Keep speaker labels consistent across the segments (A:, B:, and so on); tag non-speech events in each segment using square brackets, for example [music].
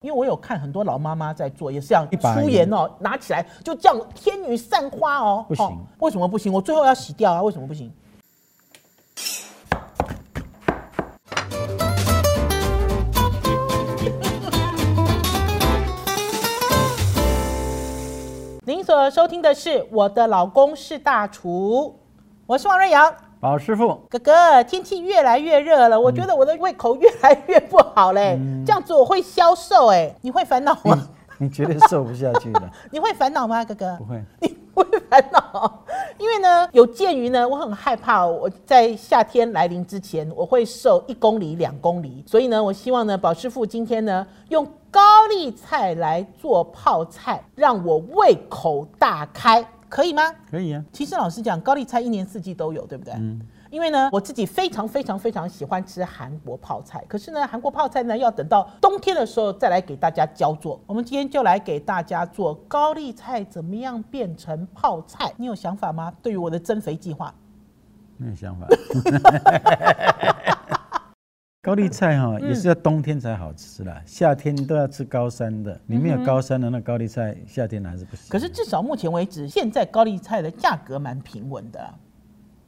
A: 因为我有看很多老妈妈在做，也是这样
B: 一把而已
A: 粗盐哦，拿起来就这样天女散花哦，
B: 不行
A: 哦为什么不行？我最后要洗掉啊，为什么不行？您所收听的是《我的老公是大厨》，我是王瑞瑶。
B: 宝师傅，
A: 哥哥，天气越来越热了，我觉得我的胃口越来越不好嘞。这样子我会消瘦哎、你会烦恼吗？
B: 你你绝对瘦不下去的，
A: [laughs] 你会烦恼吗，哥哥 [laughs]
B: 不？会。
A: 你不会烦恼，因为呢，有鉴于呢，我很害怕我在夏天来临之前，我会瘦一公里、两公里，所以呢，我希望呢，宝师傅今天呢，用高丽菜来做泡菜，让我胃口大开，可以吗？
B: 可以啊，
A: 其实老实讲，高丽菜一年四季都有，对不对？
B: 嗯
A: 因为呢，我自己非常非常非常喜欢吃韩国泡菜，可是呢，韩国泡菜呢要等到冬天的时候再来给大家教做。我们今天就来给大家做高丽菜怎么样变成泡菜，你有想法吗？对于我的增肥计划，
B: 没有想法。高丽菜哈、也是要冬天才好吃啦，夏天都要吃高山的。你没有高山的那高丽菜，夏天还是不行。
A: 嗯可是至少目前为止，现在高丽菜的价格蛮平稳的啊、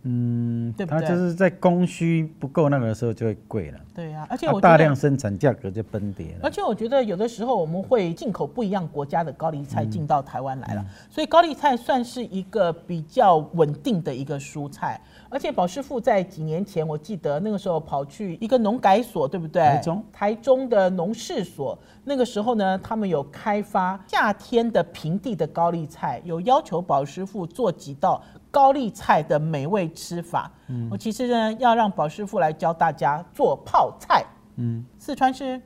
B: 嗯
A: 对，不
B: 它
A: 对
B: 就是在供需不够那个时候就会贵了，
A: 对呀、而且
B: 它
A: 我觉得
B: 大量生产价格就崩跌
A: 而
B: 了。
A: 且我觉得有的时候我们会进口不一样国家的高丽菜进到台湾来了，所以高丽菜算是一个比较稳定的一个蔬菜。而且宝师傅在几年前，我记得那个时候跑去一个农改所，对不对？
B: 台中
A: 台中的农事所，那个时候呢，他们有开发夏天的平地的高丽菜，有要求宝师傅做几道高丽菜的美味吃法。我其实呢要让宝师傅来教大家做泡菜。
B: 嗯，
A: 四川是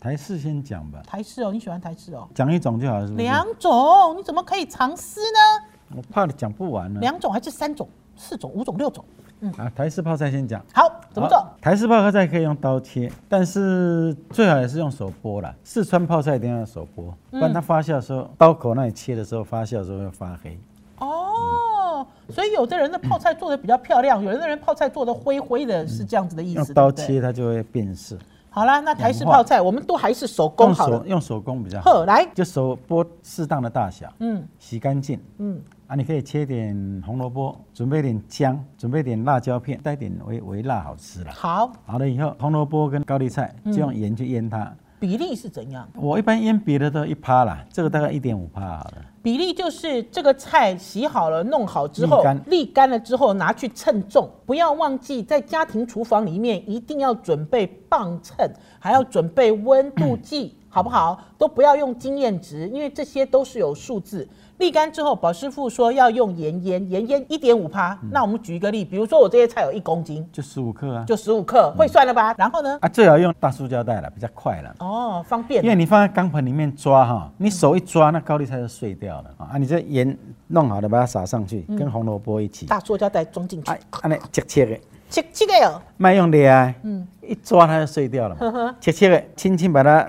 B: 台式先讲吧，
A: 台式哦，你喜欢台式哦？
B: 讲一种就好了，是不是？
A: 两种，你怎么可以藏私呢？
B: 我怕你讲不完呢。
A: 两种还是三种、四种、五种、六种？
B: 啊，台式泡菜先讲。
A: 好，怎么做
B: 好？？台式泡菜可以用刀切，但是最好也是用手剥啦。四川泡菜一定要用手剥，
A: 嗯
B: 不然它发酵的时候，刀口那里切的时候发酵的时候会发黑。
A: 哦，所以有的人的泡菜做的比较漂亮，有的人泡菜做的灰灰的，是这样子的意
B: 用
A: 思。
B: 嗯刀
A: 对不对
B: 切它就会变色。
A: 好啦，那台式泡菜我们都还是手工
B: 用
A: 好
B: 手
A: 了。
B: 用手工比较好，
A: 呵，来，
B: 就手剥适当的大小，
A: 嗯
B: 洗干净。
A: 嗯，
B: 啊，你可以切点红萝卜，准备点姜，准备点辣椒片，带点微微辣，好吃啦。
A: 好，
B: 好了以后，红萝卜跟高丽菜
A: 嗯
B: 就用盐去腌它。
A: 比例是怎样？
B: 我一般腌别的都一趴啦，这个大概一点五趴好了。
A: 比例就是这个菜洗好了、弄好之后
B: 沥干，
A: 沥干了之后拿去称重，不要忘记在家庭厨房里面一定要准备磅秤，还要准备温度
B: [clears throat]
A: 计，好不好？都不要用经验值，因为这些都是有数字。沥干之后，宝师傅说要用盐腌，盐腌一点五趴。
B: 嗯
A: 那我们举一个例，比如说我这些菜有一公斤，
B: 就十五克啊，
A: 就十五克，会算了吧？然后呢？
B: 啊，最好用大塑胶袋了，比较快了。
A: 哦，方
B: 因
A: 便。
B: 为你放在钢盆里面抓哈，你手一抓，那高丽菜就碎掉了啊！你这盐弄好了，把它撒上去，跟红萝卜一起，
A: 大塑胶袋装进去
B: 啊，，按那切切的，
A: 切切个哦，
B: 卖用力啊，一抓它就碎掉了嘛，切切的，轻轻把它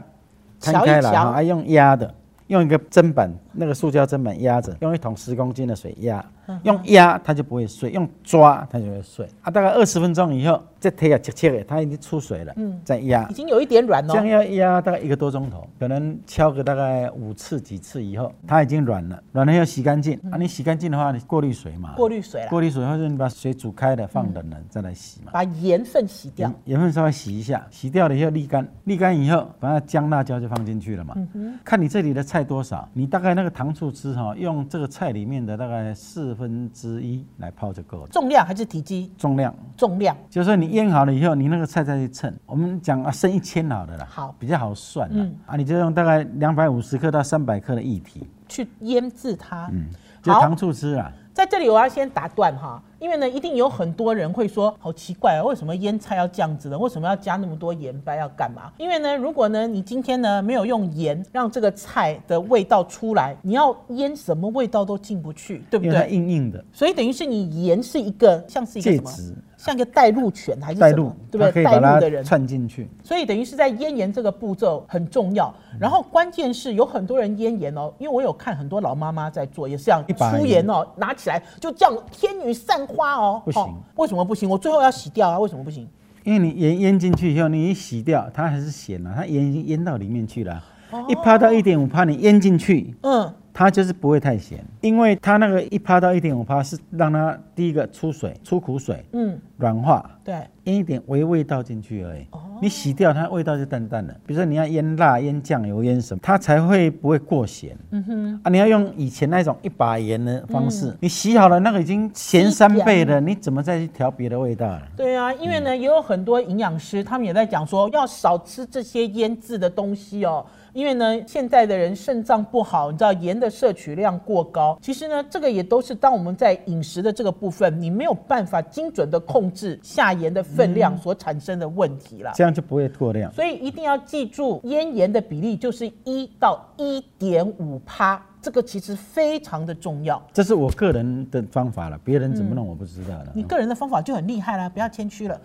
B: 摊开
A: 瞧
B: 来
A: 一瞧
B: 哈，啊，用压的，用一个砧板，那个塑胶砧板压着，用一桶十公斤的水压，用压它就不会碎，用抓它就会碎啊。大概二十分钟以后，这腿啊切切的，它已经出水了，再压
A: 已，经有一点软
B: 这样
A: 哦。
B: 要压大概一个多钟头，可能敲个大概五次几次以后，它已经软了，软了要洗干净啊。你洗干净的话，你过滤水嘛，
A: 嗯过滤水啦
B: 过滤水或者你把水煮开了放冷了再来洗嘛。
A: 把盐分洗掉
B: 盐。盐分稍微洗一下，洗掉了以后沥干，沥干以后把它姜辣椒就放进去了
A: 嗯
B: 嘛。看你这里的菜多少，你大概那个糖醋汁哈、用这个菜里面的大概四分之一来泡就够了，
A: 重量还是体积？
B: 重量
A: 重量。
B: 就是说你腌好了以后，你那个菜再去称。我们讲啊，剩一千好的啦，
A: 好
B: 比较好算啦。
A: 嗯
B: 啊，你就用大概两百五十克到三百克的液体，
A: 去腌制它。
B: 嗯，就
A: 好
B: 糖醋汁啊，
A: 在这里我要先打断哈，因为呢，一定有很多人会说，好奇怪啊，为什么腌菜要这样子呢？为什么要加那么多盐巴？要干嘛？因为呢，如果呢你今天呢没有用盐让这个菜的味道出来，你要腌什么味道都进不去，对不
B: 因为它
A: 对？
B: 硬硬的
A: 所以等于是你盐是一个像是一个
B: 介
A: 什么？
B: 质
A: 像一个带路犬还是
B: 带
A: 什么
B: 入，，
A: 对不
B: 它可
A: 对？
B: 以
A: 带
B: 把
A: 路
B: 它
A: 的人，
B: 串进去。
A: 所以等于是在腌盐这个步骤很重要。
B: 嗯
A: 然后关键是有很多人腌盐哦，因为我有看很多老妈妈在做，也是这样
B: 一把而已
A: 粗盐哦，拿起来就这样天女散花哦。
B: 不行
A: 哦为什么不行？我最后要洗掉啊，为什么不行？
B: 因为你盐腌进去以后，你一洗掉，它还是咸了、啊，它盐已经腌到里面去了啊、
A: 哦
B: 一趴到一点五趴，你淹进去，
A: 嗯，
B: 它就是不会太咸，因为它那个一趴到一点五趴是让它第一个出水、出苦水、
A: 嗯，
B: 软化，
A: 对，
B: 腌一点微味道进去而已。
A: 哦
B: 你洗掉它味道就淡淡了。比如说你要腌辣、腌酱油、腌什么，它才会不会过咸。
A: 嗯哼，嗯
B: 啊，你要用以前那种一把盐的方式，你洗好了那个已经咸三倍了，你怎么再去调别的味道了？
A: 对啊，因为呢，也有很多营养师他们也在讲说，要少吃这些腌制的东西哦。因为呢，现在的人肾脏不好，你知道盐的摄取量过高。其实呢，这个也都是当我们在饮食的这个部分，你没有办法精准的控制下盐的分量所产生的问题啦。
B: 这样就不会过量。
A: 所以一定要记住，咽盐的比例就是一到一点五趴，这个其实非常的重要。
B: 这是我个人的方法了，别人怎么弄我不知道了。
A: 嗯你个人的方法就很厉害啦，不要谦虚了。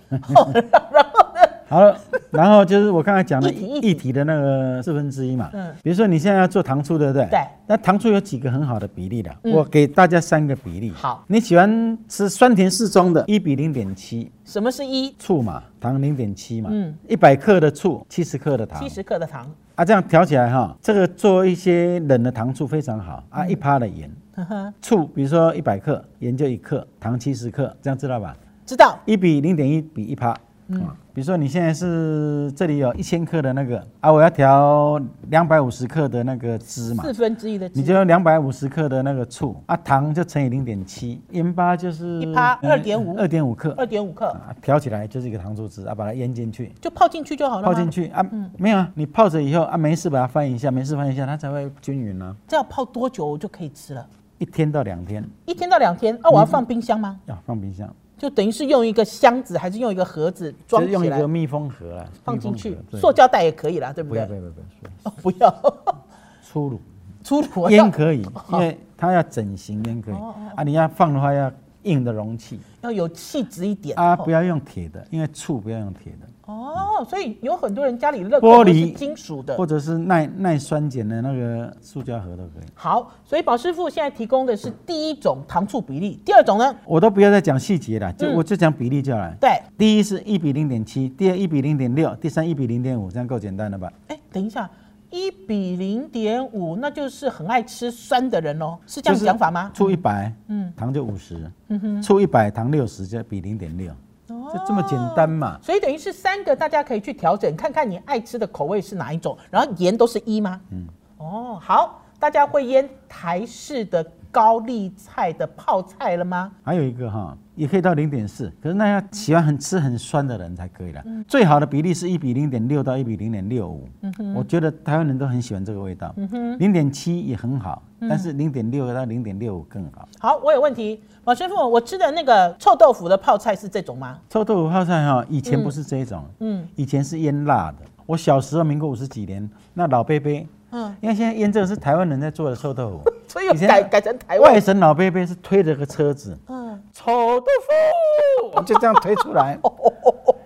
B: 好了，然后就是我刚才讲的
A: 一体一体
B: 一体的那个四分之一嘛。
A: 嗯
B: 比如说你现在要做糖醋，对不对？
A: 对嗯
B: 那糖醋有几个很好的比例的，我给大家三个比例。
A: 好
B: 你喜欢吃酸甜适中的，一比零点七，
A: 什么是一？
B: 醋嘛，糖零点七嘛，
A: 嗯
B: 一百克的醋，七十克的糖，
A: 七十克的糖，
B: 啊，这样调起来哈，这个做一些冷的糖醋非常好啊，
A: 嗯
B: 一趴的盐，
A: 呵呵，
B: 醋比如说一百克，盐就一克，糖七十克，这样知道吧？
A: 知道？
B: 一比零点一比一趴。嗯，比如说你现在是这里有一千克的那个啊，我要调两百五十克的那个芝麻
A: 四，分之一的
B: 你
A: 汁，
B: 就用两百五十克的那个醋啊，糖就乘以零点七，盐巴就是呃
A: 一趴2.5
B: 二点五克
A: 二点五克，
B: 啊，调起来就是一个糖醋汁啊，把它腌进去，
A: 就泡进去就好了。嗯
B: 泡进，去啊，没有啊，你泡着以后啊，没事把它翻一下，没事翻一下，它才会均匀啊，
A: 这要泡多久就可以吃了？
B: 一天到两天
A: 一天到两天啊？我要放冰箱吗？
B: 要、放冰箱，
A: 就等于是用一个箱子，还是用一个盒子装
B: 就
A: 起
B: 用一
A: 来
B: 个密封盒啊，
A: 放
B: 密封
A: 进去
B: 盒？对
A: 塑胶袋也可以啦，对不
B: 不要
A: 对
B: 不？要不要不要，
A: 哦不要， [laughs]
B: 粗鲁。
A: 出炉
B: 烟
A: 要哦
B: 可
A: [laughs]
B: 以，因为它要整形烟可以啊。你要放的话要硬的容器
A: 要有气质一点
B: 啊，
A: 哦
B: 不要用铁的，因为醋不要用铁的，
A: 哦，所以有很多人家里的乐
B: 玻
A: 高
B: 璃
A: 都是金属的
B: 或。者是耐耐酸碱的那个塑胶盒都可以。
A: 好，所以宝师傅现在提供的是第一种糖醋比例，第二种呢？
B: 我都不要再讲细节了，就我就讲比例就好了。
A: 嗯对，
B: 第一是一比零点七，第二一比零点六，第三一比零点五，这样够简单了吧？
A: 哎，等一下，一比零点五，那就是很爱吃酸的人哦，是这样
B: 就是
A: 讲法吗？嗯
B: 醋一百，嗯，糖就五十，醋一百，糖六十，就比零点六，
A: 哦
B: 就这么简单嘛。
A: 所以等于是三个，大家可以去调整，看看你爱吃的口味是哪一种。然后盐都是一吗？嗯。哦，好，大家会腌台式的高丽菜的泡菜了吗？
B: 还有一个哈，也可以到零点四，可是那要喜欢很吃很酸的人才可以了。最好的比例是一比零点六到一比零点六五，
A: 嗯
B: 我觉得台湾人都很喜欢这个味道。零点七也很好，
A: 嗯
B: 但是零点六到零点六五更好。
A: 好，我有问题，老师傅，我吃的那个臭豆腐的泡菜是这种吗？
B: 臭豆腐泡菜哈，以前不是这一种，
A: 嗯
B: 以前是腌辣的。我小时候，民国五十几年，那老伯伯，
A: 嗯，
B: 因为现在腌这个是台湾人在做的臭豆腐，
A: 所以有
B: 以前
A: 改改成台
B: 外
A: 湾。
B: 省老伯伯是推着个车子，
A: 哎嗯，
B: 臭豆腐，
A: [laughs]
B: 我就这样推出来，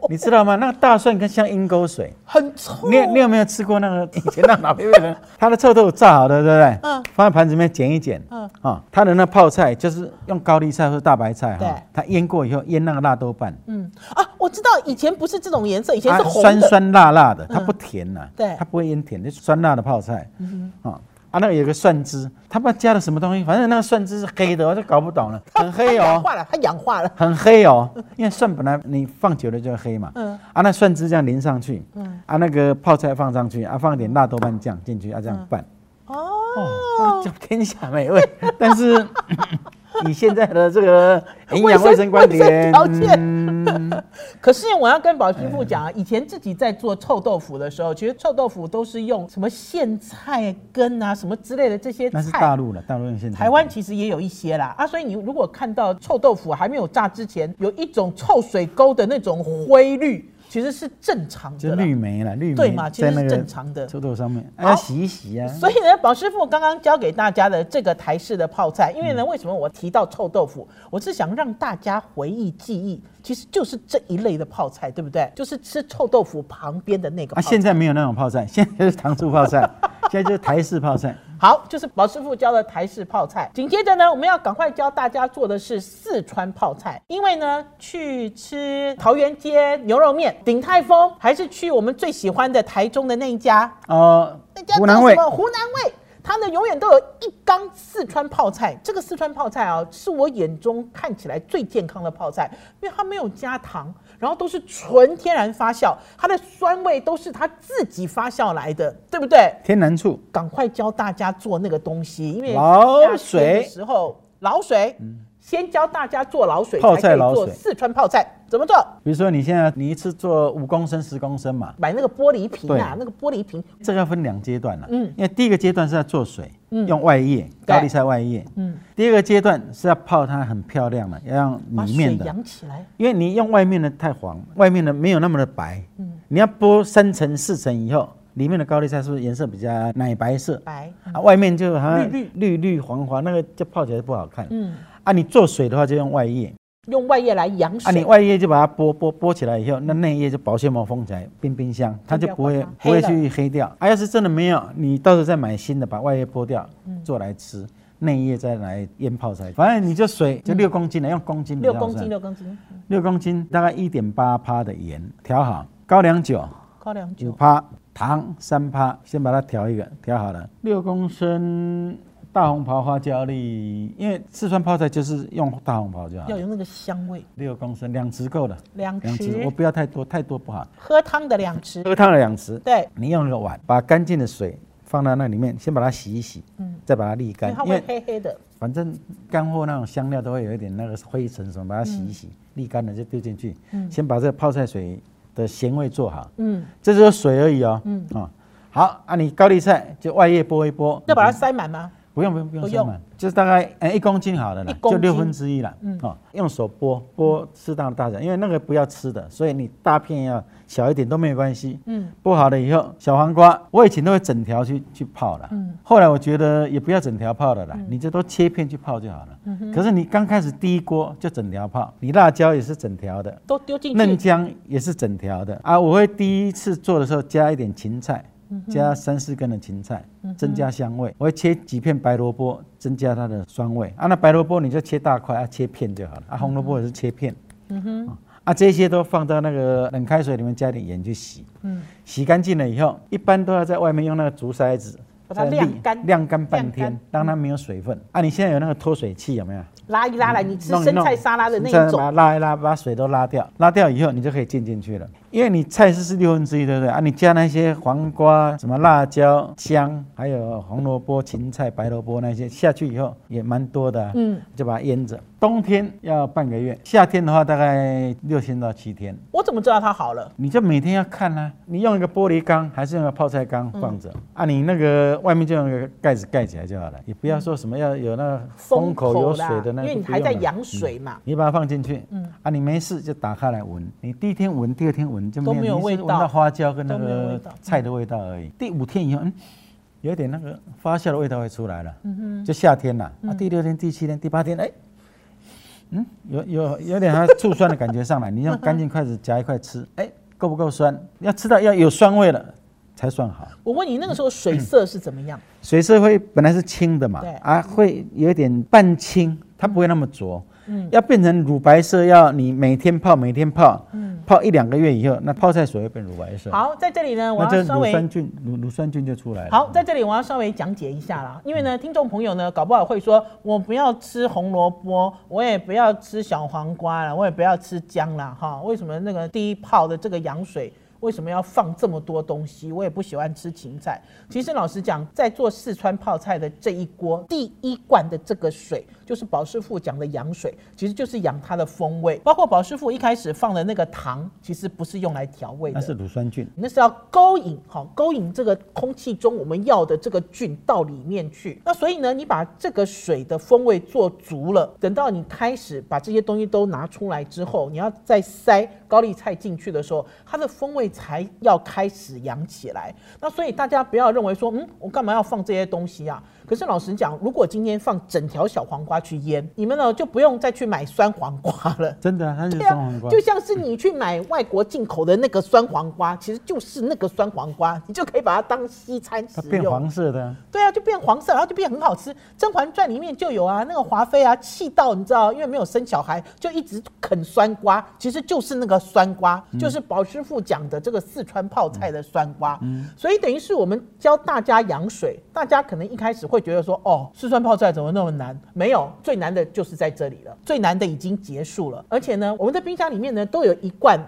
B: 你知道吗？那个大蒜跟像阴沟水，
A: 很臭。
B: 你有你有没有吃过那个以前那老贝贝
A: [laughs]
B: 人，他的臭豆腐炸好的，对不对？
A: 嗯
B: 放在盘子里面剪一剪。
A: 嗯
B: 嗯。啊，他的那泡菜就是用高丽菜或者大白菜
A: 对
B: 哈，他腌过以后腌那个辣豆瓣，
A: 嗯啊，我知道以前不是这种颜色，以前
B: 它
A: 是红的。
B: 啊
A: 嗯
B: 酸酸辣辣的，它不甜呐。
A: 对
B: 它不会腌甜，就是酸辣的泡菜。嗯啊。啊，那个有个蒜汁，他不知道加了什么东西，反正那个蒜汁是黑的，我就搞不懂了，很黑
A: 它
B: 哦
A: 氧。化了，它氧化了。
B: 很黑哦，因为蒜本来你放久了就黑嘛，
A: 嗯
B: 啊，那蒜汁这样淋上去，啊，那个泡菜放上去，啊，放点辣豆瓣酱进去，啊，这样拌，
A: 哦，
B: 哦，叫天下美味。 [laughs]
A: [laughs]
B: 但是以现在的这个营养卫生观点，
A: 卫生
B: 嗯
A: 条件可是我要跟宝师傅
B: 哎
A: 讲啊，以前自己在做臭豆腐的时候，其实臭豆腐都是用什么苋菜根啊、什么之类的这些
B: 那是
A: 菜
B: 大。陆了，大陆人现在
A: 哎台湾其实也有一些啦啊，所以你如果看到臭豆腐还没有炸之前，有一种臭水沟的那种灰绿，其实是正常
B: 就
A: 的啦。
B: 绿莓了，绿莓
A: 对嘛其实
B: 在那
A: 是
B: 个
A: 正常的哦
B: 臭豆上面，
A: 好
B: 啊，洗一洗啊，
A: 所以呢，宝师傅刚刚教给大家的这个台式的泡菜，因为呢，为什么我提到臭豆腐，我是想让大家回忆记忆，其实就是这一类的泡菜，对不对？就是吃臭豆腐旁边的那个
B: 啊，
A: 泡菜。[laughs]
B: [laughs] 现在没有那种泡菜，现在就是糖醋泡菜，现在就是台式泡菜。
A: 好，就是宝师傅教的台式泡菜。紧接着呢，我们要赶快教大家做的是四川泡菜，因为呢，去吃桃园街牛肉面、鼎泰丰，还是去我们最喜欢的台中的那一家，
B: 哦
A: 那家，叫
B: 湖南
A: 什
B: 味
A: 么湖南味。它呢，永远都有一缸四川泡菜。这个四川泡菜啊，是我眼中看起来最健康的泡菜，因为它没有加糖，然后都是纯天然发酵，它的酸味都是它自己发酵来的，对不对？
B: 天然醋，
A: 赶快教大家做那个东西，因为
B: 老
A: 夏天的
B: 水嗯
A: 时候，老水，先教大家做老水，
B: 泡菜
A: 才可以
B: 老
A: 做
B: 水
A: 四川泡菜怎么做？
B: 比如说你现在你一次做五公升、十公升嘛，
A: 买那个玻璃瓶啊，
B: 对
A: 那个玻璃瓶，
B: 这个要分两阶段了。
A: 嗯
B: 因为第一个阶段是要做水，用外叶高丽菜外叶。
A: 嗯，
B: 第二个阶段是要泡它很漂亮的，要让
A: 把
B: 里
A: 水
B: 面的，
A: 扬起来。
B: 因为你用外面的太黄，外面的没有那么的白。嗯，你要剥三层、四层以后，里面的高丽菜是不是颜色比较奶白色？
A: 白，
B: 啊，外面就好像
A: 嗯绿
B: 绿绿黄黄，那个就泡起来就不好看。
A: 嗯，
B: 啊，你做水的话就用外叶，
A: 用外叶来养
B: 啊，你
A: 水，
B: 外叶就把它剥剥剥起来以后，那内叶就保鲜膜封起来，冰冰箱，它就不会不
A: 黑
B: 会
A: 了
B: 去黑掉。啊，要是真的没有，你到时候再买新的，把外叶剥掉，
A: 嗯
B: 做来吃，内叶再来腌泡菜。反正你就水就六公斤了，用公斤比
A: 嗯六
B: 较好
A: 公斤，
B: 嗯算
A: 六公斤，嗯
B: 六公斤大概一点八趴的盐调好，高粱酒
A: 高粱
B: 九
A: 酒，
B: 趴，糖三趴，先把它调一个，调好了，六公升。大红袍花椒粒，因为四川泡菜就是用大红袍就好
A: 要
B: 了，
A: 有那个香味。
B: 六公升两匙够了。
A: 两
B: 两匙，我
A: 匙，
B: 不要太多，太多不好。
A: 喝汤的两匙，
B: 喝汤的两匙，
A: 对，
B: 你用那个碗，把干净的水放到那里面，先把它洗一洗，
A: 嗯
B: 再把它沥
A: 因
B: 干
A: 为它，
B: 因
A: 会
B: 为
A: 黑黑的。
B: 反正干货那种香料都会有一点那个灰尘什么，把它洗一洗，
A: 嗯
B: 沥干了就丢进去，先把这个泡菜水的咸味做好，
A: 嗯，
B: 这就是水而已哦，嗯啊，好啊，你高丽菜就外叶剥一剥，
A: 要把它塞满吗？
B: 不用不用不
A: 不
B: 用
A: 用
B: 三碗，就是大概呃一公斤好了
A: 一
B: 啦，
A: 公
B: 就
A: 斤
B: 六分之一啦。
A: 嗯
B: 哦，用手剥剥适当的大小，因为那个不要吃的，所以你大片要小一点都没有关系。
A: 嗯，
B: 剥好了以后，小黄瓜我以前都会整条去去泡啦，
A: 嗯
B: 后来我觉得也不要整条泡了啦，你就都切片去泡就好了。
A: 嗯
B: 可是你刚开始第一锅就整条泡，你辣椒也是整条的，
A: 都丢进
B: 嫩
A: 去，
B: 姜也是整条的啊。我会第一次做的时候加一点芹菜，
A: 嗯
B: 加三四根的芹菜，增加香味。我会切几片白萝卜，增加它的酸味啊。那白萝卜你就切大块，啊，切片就好了啊。红萝卜也是切片，嗯哼，啊，这些都放到那个冷开水里面加一点盐去洗，
A: 嗯，
B: 洗干净了以后，一般都要在外面用那个竹筛子。
A: 把它
B: 再
A: 晾
B: 沥
A: 干
B: 晾干半
A: 晾
B: 天
A: 干，
B: 让它没有水分。啊，你现在有那个脱水器有没有？
A: 拉一拉来，你吃
B: 弄一
A: 生
B: 弄
A: 菜沙拉的那
B: 生菜
A: 一种
B: 把它，拉一拉，把水都拉掉，拉掉以后你就可以浸进去了。因为你菜是是六分之一，对不对啊？你加那些黄瓜、什么辣椒、香，还有红萝卜、芹菜、白萝卜那些下去以后也蛮多的、嗯
A: 嗯，
B: 就把它腌着。冬天要半个月，夏天的话大概六天到七天。
A: 我怎么知道它好了？
B: 你就每天要看啦、你用一个玻璃缸还是用个泡菜缸放
A: 嗯
B: 着、啊？你那个外面就用一个盖子盖起来就好了，也不要说什么要有那个风口有水的
A: 嗯因
B: 那个，
A: 为你
B: 不
A: 还在
B: 用了嗯
A: 养水嘛。
B: 你把它放进去，
A: 嗯
B: 啊，你没事就打开来闻，你第一天闻，第二天闻就没有，
A: 都没有
B: 你
A: 味
B: 是
A: 道
B: 闻到花椒跟那
A: 都没有味
B: 个
A: 道
B: 菜的味道而已。第五天以后，嗯，有一点那个发酵的味道会出来了，
A: 嗯
B: 就夏天了，啊，第六天、第七天、第八天，哎，嗯，有有有点它醋酸的感觉上
A: [laughs]
B: 来，你用干净筷子夹一块吃，哎，够不够酸？要吃到要有酸味了才算好。
A: 我问你那个时候水色是怎么样？
B: 水色会本来是清的嘛
A: 对，
B: 啊，会有一点半清，它不会那么浊。
A: 嗯
B: 要变成乳白色，要你每天泡，每天泡，
A: 嗯
B: 泡一两个月以后，那泡菜水会变乳白色。，
A: 好，在这里呢，我要
B: 那这
A: 稍
B: 乳
A: 微
B: 酸菌、乳乳酸菌就出来了。
A: 好，在这里我要稍微讲解一下啦，因为呢，听众朋友呢，搞不好会说，我不要吃红萝卜，我也不要吃小黄瓜啦，我也不要吃姜啦，哈，为什么那个第一泡的这个羊水？为什么要放这么多东西？我也不喜欢吃芹菜。其实老实讲，在做四川泡菜的这一锅，第一罐的这个水就是宝师傅讲的羊水，其实就是养它的风味。包括宝师傅一开始放的那个糖，其实不是用来调味的，
B: 那是乳酸菌。
A: 那是要勾引，好勾引这个空气中我们要的这个菌到里面去。那所以呢，你把这个水的风味做足了，等到你开始把这些东西都拿出来之后，你要再塞高丽菜进去的时候，它的风味才要开始扬起来。那所以大家不要认为说，嗯，我干嘛要放这些东西啊？可是可是老实讲，如果今天放整条小黄瓜去腌，你们呢就不用再去买酸黄瓜了。
B: 真的啊，它是
A: 对
B: 双
A: 啊
B: 黄，瓜
A: 就。像是你去买外国进口的那个酸黄瓜，其实就是那个酸黄瓜，你就可以把它当西餐
B: 它
A: 食
B: 变
A: 用。
B: 黄色的啊，
A: 对啊，就变黄色，然后就变很好吃。《甄嬛传》里面就有啊，那个华妃啊，气到你知道，因为没有生小孩，就一直啃酸瓜，其实就是那个酸瓜，
B: 嗯
A: 就是宝师傅讲的这个四川泡菜的酸瓜。
B: 嗯
A: 所以等于是我们教大家养水，大家可能一开始会觉得说，哦，四川泡菜怎么那么难？没有，最难的就是在这里了，最难的已经结束了。而且呢，我们的冰箱里面呢都有一罐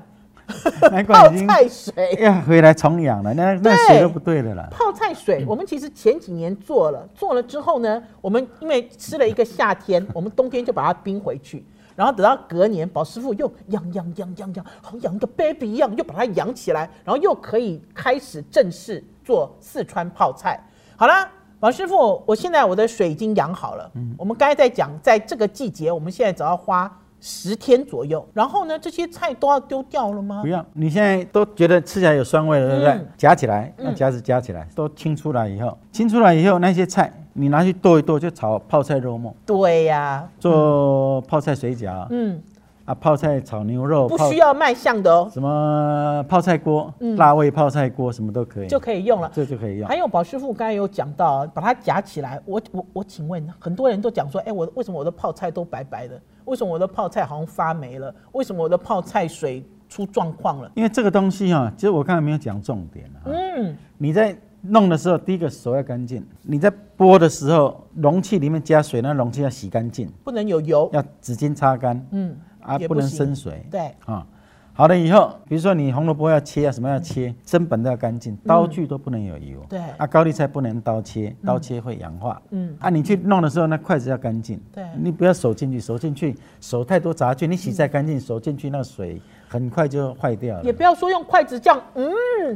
B: 难怪
A: 泡
B: 已经
A: 菜水。
B: 要回来重养了，那那
A: 对
B: 水都不对的啦。
A: 泡菜
B: 嗯
A: 水，我们其实前几年做了，做了之后呢，我们因为吃了一个夏天，我们冬天就把它冰回去，然后等到隔年，宝师傅又养养养养养，好像养一个 baby 一样，又把它养起来，然后又可以开始正式做四川泡菜。好啦，宝师傅，我现在我的水已经养好了。
B: 嗯
A: 我们刚才在讲，在这个季节，我们现在只要花十天左右，然后呢，这些菜都要丢掉了吗
B: 不？要，你现在都觉得吃起来有酸味了，对不
A: 嗯
B: 对？夹起来，用夹子夹起来，都清出来以后，清出来以后，那些菜你拿去剁一剁，就炒泡菜肉末，
A: 对呀、
B: 做泡菜水饺
A: 嗯，
B: 啊，泡菜炒牛肉，
A: 不
B: 泡
A: 需要卖相的哦。
B: 什么泡菜锅，辣味泡菜锅什么都可以，
A: 就可以用了。
B: 这就可以用
A: 还。有宝师傅刚才有讲到，把它夹起来。我我我，请问很多人都讲说，哎、我为什么我的泡菜都白白的？为什么我的泡菜好像发霉了？为什么我的泡菜水出状况了？
B: 因为这个东西啊，其实我刚才没有讲重点啊。
A: 嗯，
B: 你在弄的时候，第一个手要干净；你在剥的时候，容器里面加水，那容器要洗干净，
A: 不能有油。
B: 要纸巾擦干
A: 嗯，
B: 啊，
A: 也
B: 不
A: 不
B: 能
A: 行
B: 生水。
A: 对，
B: 啊、好了以后，比如说你红萝卜要切啊，什么要切，砧板都要干净，刀具都不能有油。
A: 对
B: 啊，高丽菜不能刀切，刀切会氧化。
A: 嗯
B: 嗯，啊，你去弄的时候，那筷子要干净。
A: 对
B: 你不要手进去，手进去手太多杂菌，你洗再干净，手进去那水很快就坏掉
A: 也
B: 了。
A: 不要说用筷子这样，嗯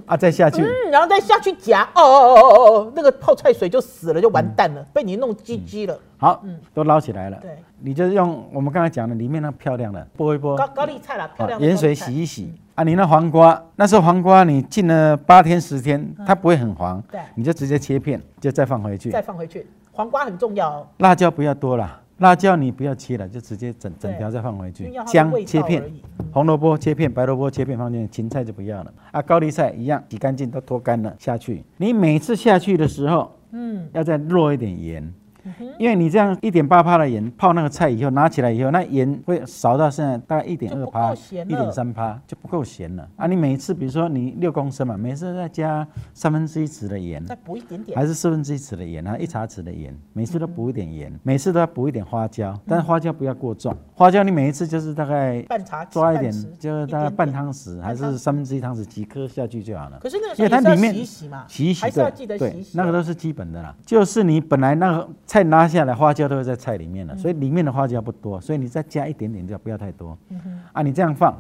B: 啊，再下去，
A: 嗯，然后再下去夹，哦哦哦哦哦，那个泡菜水就死了，就完蛋
B: 嗯
A: 了，被你弄唧唧了。
B: 好，都捞起来了。
A: 嗯对，
B: 你就用我们刚才讲的里面那漂亮的剥一剥，
A: 高高丽菜啦，漂
B: 啊
A: 亮的
B: 盐
A: 高丽
B: 水
A: 菜
B: 洗一洗啊。你那黄瓜，那时候黄瓜你浸了八天十天，它不会很黄，
A: 嗯对
B: 你就直接切片，就再放回去
A: 再。放回去。黄瓜很重要哦，
B: 辣椒不要多了，辣椒你不要切了，就直接整
A: 对
B: 整条再放回去
A: 因为要。它的
B: 姜
A: 味道
B: 切片
A: 而已，
B: 红萝卜切片，白萝卜切片放进去，芹菜就不要了啊。高丽菜一样，洗干净都脱干了下去。你每次下去的时候，
A: 嗯，
B: 要再落一点盐。因为你这样一点八帕的盐泡那个菜以后，拿起来以后，那盐会少到现在大概一点
A: 就
B: 二
A: 不
B: 帕、
A: 够
B: 一
A: 咸
B: 点
A: 了
B: 三帕就不够咸了啊！你每一次，比如说你六公升嘛，每次再加三分之一匙的盐，
A: 再补一点点。
B: 还是四分之一匙的盐啊，一茶匙的盐，每次都补一点
A: 嗯
B: 盐，每次都要补一点花椒，但是花椒不要过重，花椒你每一次就是大概
A: 半茶匙
B: 抓一点
A: 半匙，
B: 就是大
A: 一
B: 概
A: 点
B: 半
A: 点
B: 汤匙还
A: 半
B: 是
A: 汤
B: 三分之一汤匙几颗下去就好了。
A: 可是那个时
B: 因
A: 候也
B: 为它
A: 是要
B: 里面
A: 洗一洗嘛，
B: 洗一洗
A: 还是要
B: 对
A: 记得洗一
B: 对
A: 洗，哦。
B: 那个都是基本的啦。就是你本来那个菜拿下来，花椒都会在菜里面
A: 嗯
B: 了，所以里面的花椒不多，所以你再加一点点就好不要太多。
A: 嗯
B: 啊，你这样放，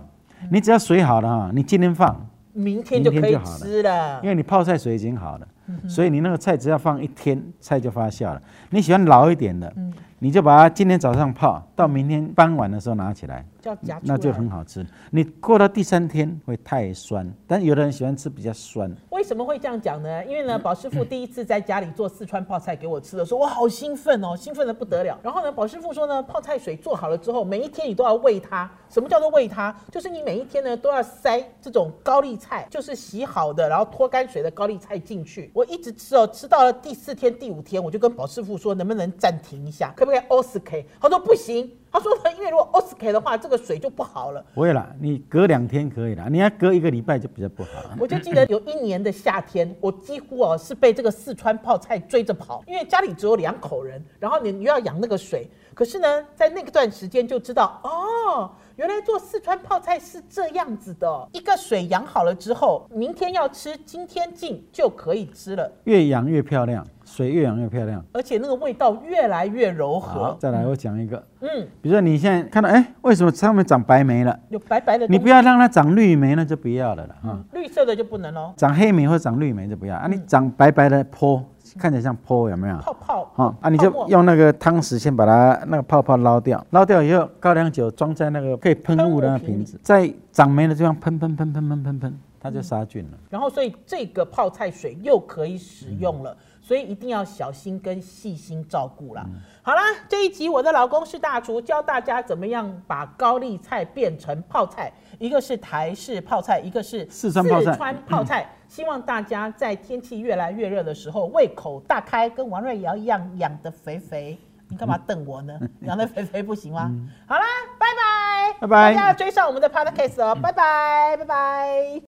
B: 你只要水好了哈，你今天放，
A: 明天就可以吃了
B: 因。为你泡菜水已经好了，
A: 嗯
B: 所以你那个菜只要放一天，菜就发酵了。你喜欢老一点的，
A: 嗯
B: 你就把它今天早上泡，到明天傍晚的时候拿起来，
A: 就要夹出来
B: 那就很好吃。你过到第三天会太酸，但有的人喜欢吃比较酸。
A: 为什么会这样讲呢？因为呢，宝师傅第一次在家里做四川泡菜给我吃的时候，我好兴奋哦，兴奋的不得了。然后呢，宝师傅说呢，泡菜水做好了之后，每一天你都要喂它。什么叫做喂它？就是你每一天呢都要塞这种高丽菜，就是洗好的，然后脱干水的高丽菜进去。我一直吃哦，吃到了第四天、第五天，我就跟宝师傅说，能不能暂停一下，可不可以 OSK？他说不行，他说呢，因为如果 OSK 的话，这个水就不好了。
B: 不会啦，你隔两天可以啦，你要隔一个礼拜就比较不好。
A: 我就记得有一年的夏天，我几乎哦是被这个四川泡菜追着跑，因为家里只有两口人，然后你又要养那个水。可是呢，在那个段时间就知道哦，原来做四川泡菜是这样子的哦、一个水养好了之后，明天要吃，今天进就可以吃了，
B: 越养越漂亮，水越养越漂亮。
A: 而且那个味道越来越柔
B: 好，
A: 和。
B: 再来我讲一个，
A: 嗯，
B: 比如说你现在看到，哎，为什么上面长白梅了？
A: 有白白的东西，
B: 你不要让它长绿梅，那就不要了啦。啊、
A: 绿色的就不能哦，
B: 长黑莓或长绿莓就不要啊，你长白白的坡，看起来像坡有没有？
A: 泡泡
B: 啊啊，你就
A: 泡沫
B: 用那个汤匙先把它那个泡泡捞掉，捞掉以后，高粱酒装在那个可以喷雾的那
A: 喷雾
B: 个
A: 瓶
B: 瓶子，在长霉的地方喷喷喷喷喷喷喷，它就杀菌了。
A: 然后，所以这个泡菜水又可以使用
B: 嗯
A: 了，所以一定要小心跟细心照顾啦。好啦，这一集我的老公是大厨，教大家怎么样把高丽菜变成泡菜，一个是台式泡菜，一个是
B: 四川泡菜嗯
A: 川泡菜希望大家在天气越来越热的时候，胃口大开，跟王瑞瑶一样养得肥肥。你干嘛瞪我呢？养得肥肥不行吗？好啦，拜拜，
B: 嗯拜拜
A: 大家要追上我们的 podcast 哦，拜拜，拜拜。